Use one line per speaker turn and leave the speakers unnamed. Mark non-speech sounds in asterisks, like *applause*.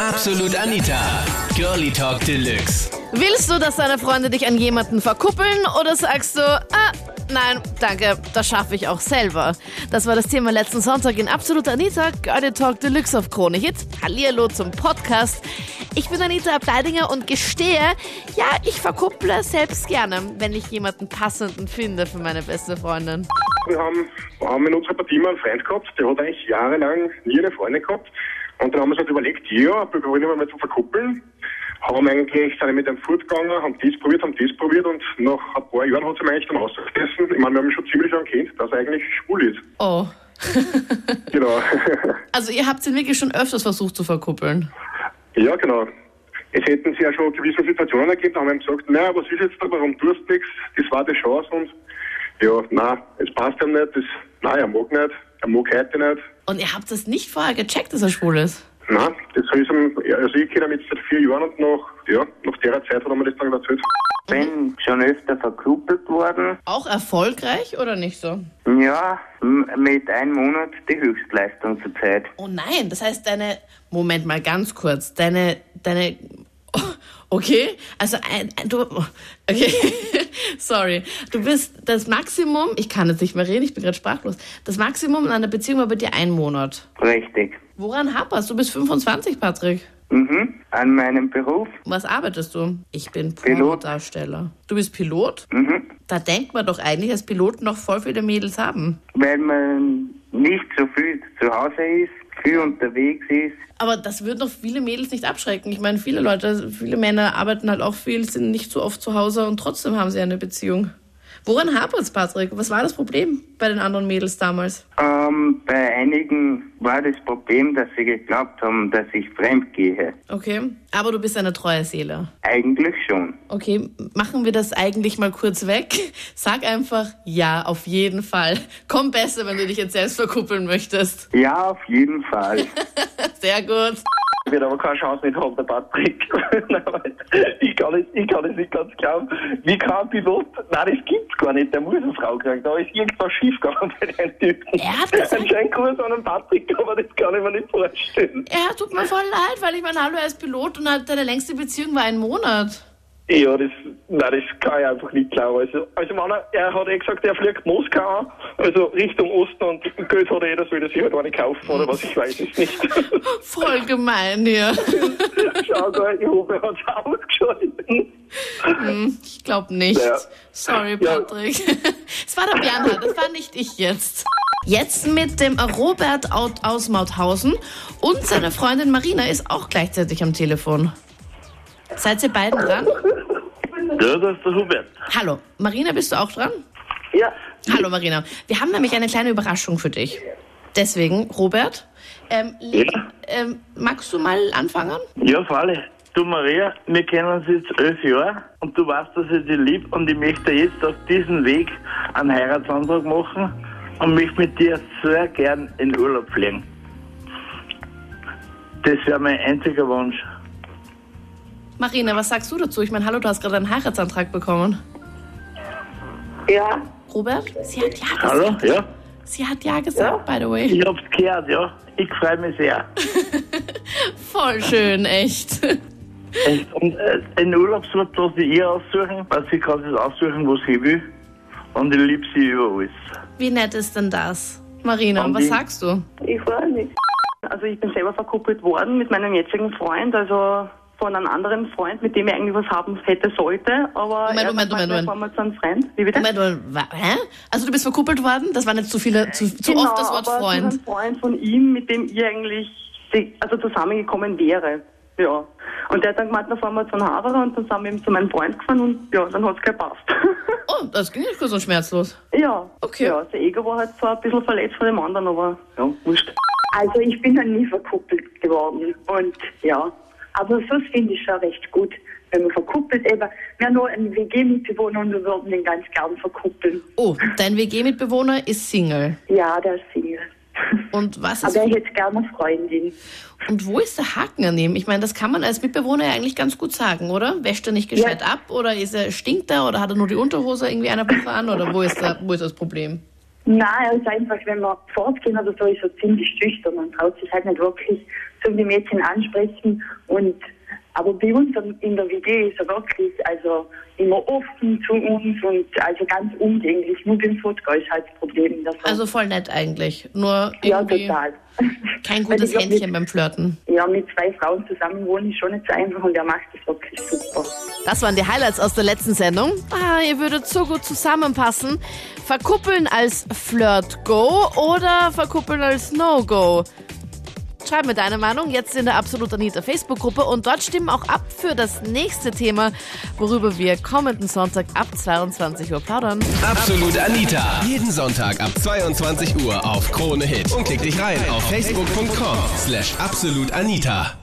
Absolut Anita. Girlie Talk Deluxe.
Willst du, dass deine Freunde dich an jemanden verkuppeln oder sagst du, ah, nein, danke, das schaffe ich auch selber? Das war das Thema letzten Sonntag in Absolut Anita, Girlie Talk Deluxe auf Krone Hit. Hallihallo zum Podcast. Ich bin Anita Ableidinger und gestehe, ja, ich verkupple selbst gerne, wenn ich jemanden passenden finde für meine beste Freundin.
Wir haben, haben in unserer Partie mal einen Freund gehabt, der hat eigentlich jahrelang nie eine Freundin gehabt. Und dann haben wir uns halt überlegt, ja, wir probieren wir mal zu verkuppeln. Haben eigentlich, sind wir mit einem Furt gegangen, haben dies probiert, haben dies probiert und nach ein paar Jahren hat sie mir eigentlich dann rausgegessen. Ich meine, wir haben ihn schon ziemlich lang kennt, dass er eigentlich schwul ist.
Oh.
Genau. *laughs*
Also ihr habt ihn wirklich schon öfters versucht zu verkuppeln.
ja, genau. Es hätten sie ja schon gewisse Situationen ergeben, haben wir ihm gesagt, naja, was ist jetzt da, warum tust du nichts? Das war die Chance und ja, na, es passt ihm nicht, das, na, er mag nicht, er mag heute nicht.
Und ihr habt das nicht vorher gecheckt, dass er schwul ist.
Nein, das ist ihm, also ich kenne ihn jetzt seit vier Jahren und nach, ja, nach der Zeit hat er mir das dann erzählt.
bin schon öfter verkuppelt worden.
Auch erfolgreich oder nicht so?
Ja, m- mit einem Monat die Höchstleistung zurzeit.
Oh nein, das heißt deine. Moment mal ganz kurz. Deine. Deine. *laughs* Oh, Okay, also ein, ein, du. Okay, *laughs* sorry. Du bist das Maximum, ich kann jetzt nicht mehr reden, ich bin gerade sprachlos. Das Maximum in einer Beziehung war bei dir ein Monat.
Richtig.
Woran haperst du? bist 25, Patrick. Um
Mhm. An meinem Beruf.
Was arbeitest du? Ich bin
Pilot.
Pilotdarsteller. Du bist Pilot?
Mhm.
Da denkt man doch eigentlich, dass Piloten noch voll viele Mädels haben.
Weil man nicht so viel zu Hause ist, viel unterwegs ist.
Aber das wird noch viele Mädels nicht abschrecken. Ich meine, viele Leute, viele Männer arbeiten halt auch viel, sind nicht so oft zu Hause und trotzdem haben sie eine Beziehung. Woran hapert's, Patrick? Was war das Problem bei den anderen Mädels damals?
Ähm, bei einigen war das Problem, dass sie geglaubt haben, dass ich fremd gehe.
Okay, aber du bist eine treue Seele.
Eigentlich schon.
Okay, machen wir das eigentlich mal kurz weg. *laughs* Sag einfach, ja, auf jeden Fall. Komm besser, wenn du dich jetzt selbst verkuppeln möchtest.
Ja, auf jeden Fall.
Sehr gut.
wird aber keine Chance nicht haben, der Patrick. *laughs* Nein, weil ich, kann es, ich kann es nicht ganz glauben. Wie kann ein Pilot, nein, das gibt's gar nicht, der muss eine Frau kriegen. Da ist irgendwas schiefgegangen bei den Typen.
Er hat gesagt-
Anscheinend Kurs an einen Patrick, aber das kann ich mir nicht vorstellen.
Ja, tut mir voll leid, weil ich meine, hallo, er ist Pilot und hat deine längste Beziehung war ein Monat.
Ja, das, nein, das kann ich einfach nicht glauben. Also, also Mann, er hat eh gesagt, er fliegt Moskau an, also Richtung Osten und Geld hat er eh, das will er sich halt auch nicht kaufen oder was, ich weiß es nicht. *laughs*
Voll gemein hier.
Schau, da, ich hoffe, er hat *laughs* es ausgeschalten.
Ich glaube nicht.
Ja.
Sorry,
Ja.
Patrick. *laughs* Es war der Bernhard, das war nicht ich jetzt. Jetzt mit dem Robert au- aus Mauthausen und seine Freundin Marina ist auch gleichzeitig am Telefon. Seid ihr beiden dran?
Ja, das ist der Hubert.
Hallo, Marina, bist du auch dran?
Ja,
Hallo Marina, wir haben nämlich eine kleine Überraschung für dich. Deswegen, Robert, ähm, le-
Ja.
ähm, magst du mal anfangen?
Ja, Falle. Du Maria, wir kennen uns jetzt elf Jahre und du weißt, dass ich dich lieb und ich möchte jetzt auf diesem Weg einen Heiratsantrag machen und möchte mit dir sehr gern in Urlaub fliegen. Das wäre mein einziger Wunsch.
Marina, was sagst du dazu? Ich meine, hallo, du hast gerade einen Heiratsantrag bekommen.
ja.
Robert, sie hat ja gesagt.
Hallo? Ja?
Sie hat ja gesagt, by the way.
Ich hab's gehört, ja. Ich freue mich sehr.
*laughs* Voll schön, echt.
Echt, Und äh, ein Urlaubsort lasse ich ihr aussuchen, weil sie kann sich aussuchen, was sie will. Und ich liebe sie über alles.
Wie nett ist denn das? Marina,
Andi.
was sagst du?
Ich weiß nicht. Also ich bin selber verkuppelt worden mit meinem jetzigen Freund, also von einem anderen Freund, mit dem ich eigentlich was haben hätte sollte, aber
Moment,
er sagt,
Moment, Moment, Moment.
fahren wir zu einem Freund. Wie bitte?
Moment, Moment, wa- hä? Also du bist verkuppelt worden? Das waren jetzt zu viele, zu, zu
genau,
oft das Wort
aber
Freund.
Zu einem Freund von ihm, mit dem ich eigentlich die- also zusammengekommen wäre. Ja. Und der hat dann gemeint, dann fahren wir zu einem Haverer und dann sind wir eben zu meinem Freund gefahren und ja, dann hat es gepasst. *laughs*
Oh, das ging ja kurz und schmerzlos.
ja.
Okay.
Ja, das Ego war halt zwar ein bisschen verletzt von dem anderen, aber ja, wurscht.
Also ich bin noch nie verkuppelt geworden und ja, aber sonst finde ich schon recht gut, wenn man verkuppelt eben. Wir haben nur einen WG-Mitbewohner und wir würden den ganz gern verkuppeln.
Oh, dein WG-Mitbewohner ist Single.
Ja, der ist Single.
Und was ist,
Aber ich hätte gerne eine Freundin.
und wo ist der Haken an ihm? Ich meine, das kann man als Mitbewohner ja eigentlich ganz gut sagen, oder? Wäscht er nicht gescheit ab oder ist er stinkt er oder hat er nur die Unterhose irgendwie einer Woche an oder wo ist, da, wo ist das Problem?
also Nein, er ist einfach, wenn wir fortgehen oder so, ist er ziemlich schüchtern und traut sich halt nicht wirklich zum die Mädchen ansprechen und aber bei uns am- in der WG ist er wirklich also immer offen zu uns und also ganz umgänglich. Nur beim Football ist halt das Problem. Dass er,
Also voll nett eigentlich. Nur
ja,
irgendwie
total. *laughs*
kein gutes
Also ich glaub,
Händchen beim Flirten.
Ja, mit zwei Frauen zusammen wohnen ist schon nicht so einfach und er macht das wirklich super.
Das waren die Highlights aus der letzten Sendung. Ah, ihr würdet so gut zusammenpassen. Verkuppeln als Flirt-Go oder verkuppeln als No-Go? Schreib mir deine Meinung jetzt in der Absolut Anita Facebook-Gruppe und dort stimmen auch ab für das nächste Thema, worüber wir kommenden Sonntag ab 22 Uhr plaudern.
Absolut Anita. Jeden Sonntag ab 22 Uhr auf Krone Hit. Und klick dich rein auf facebook.com slash absolutanita.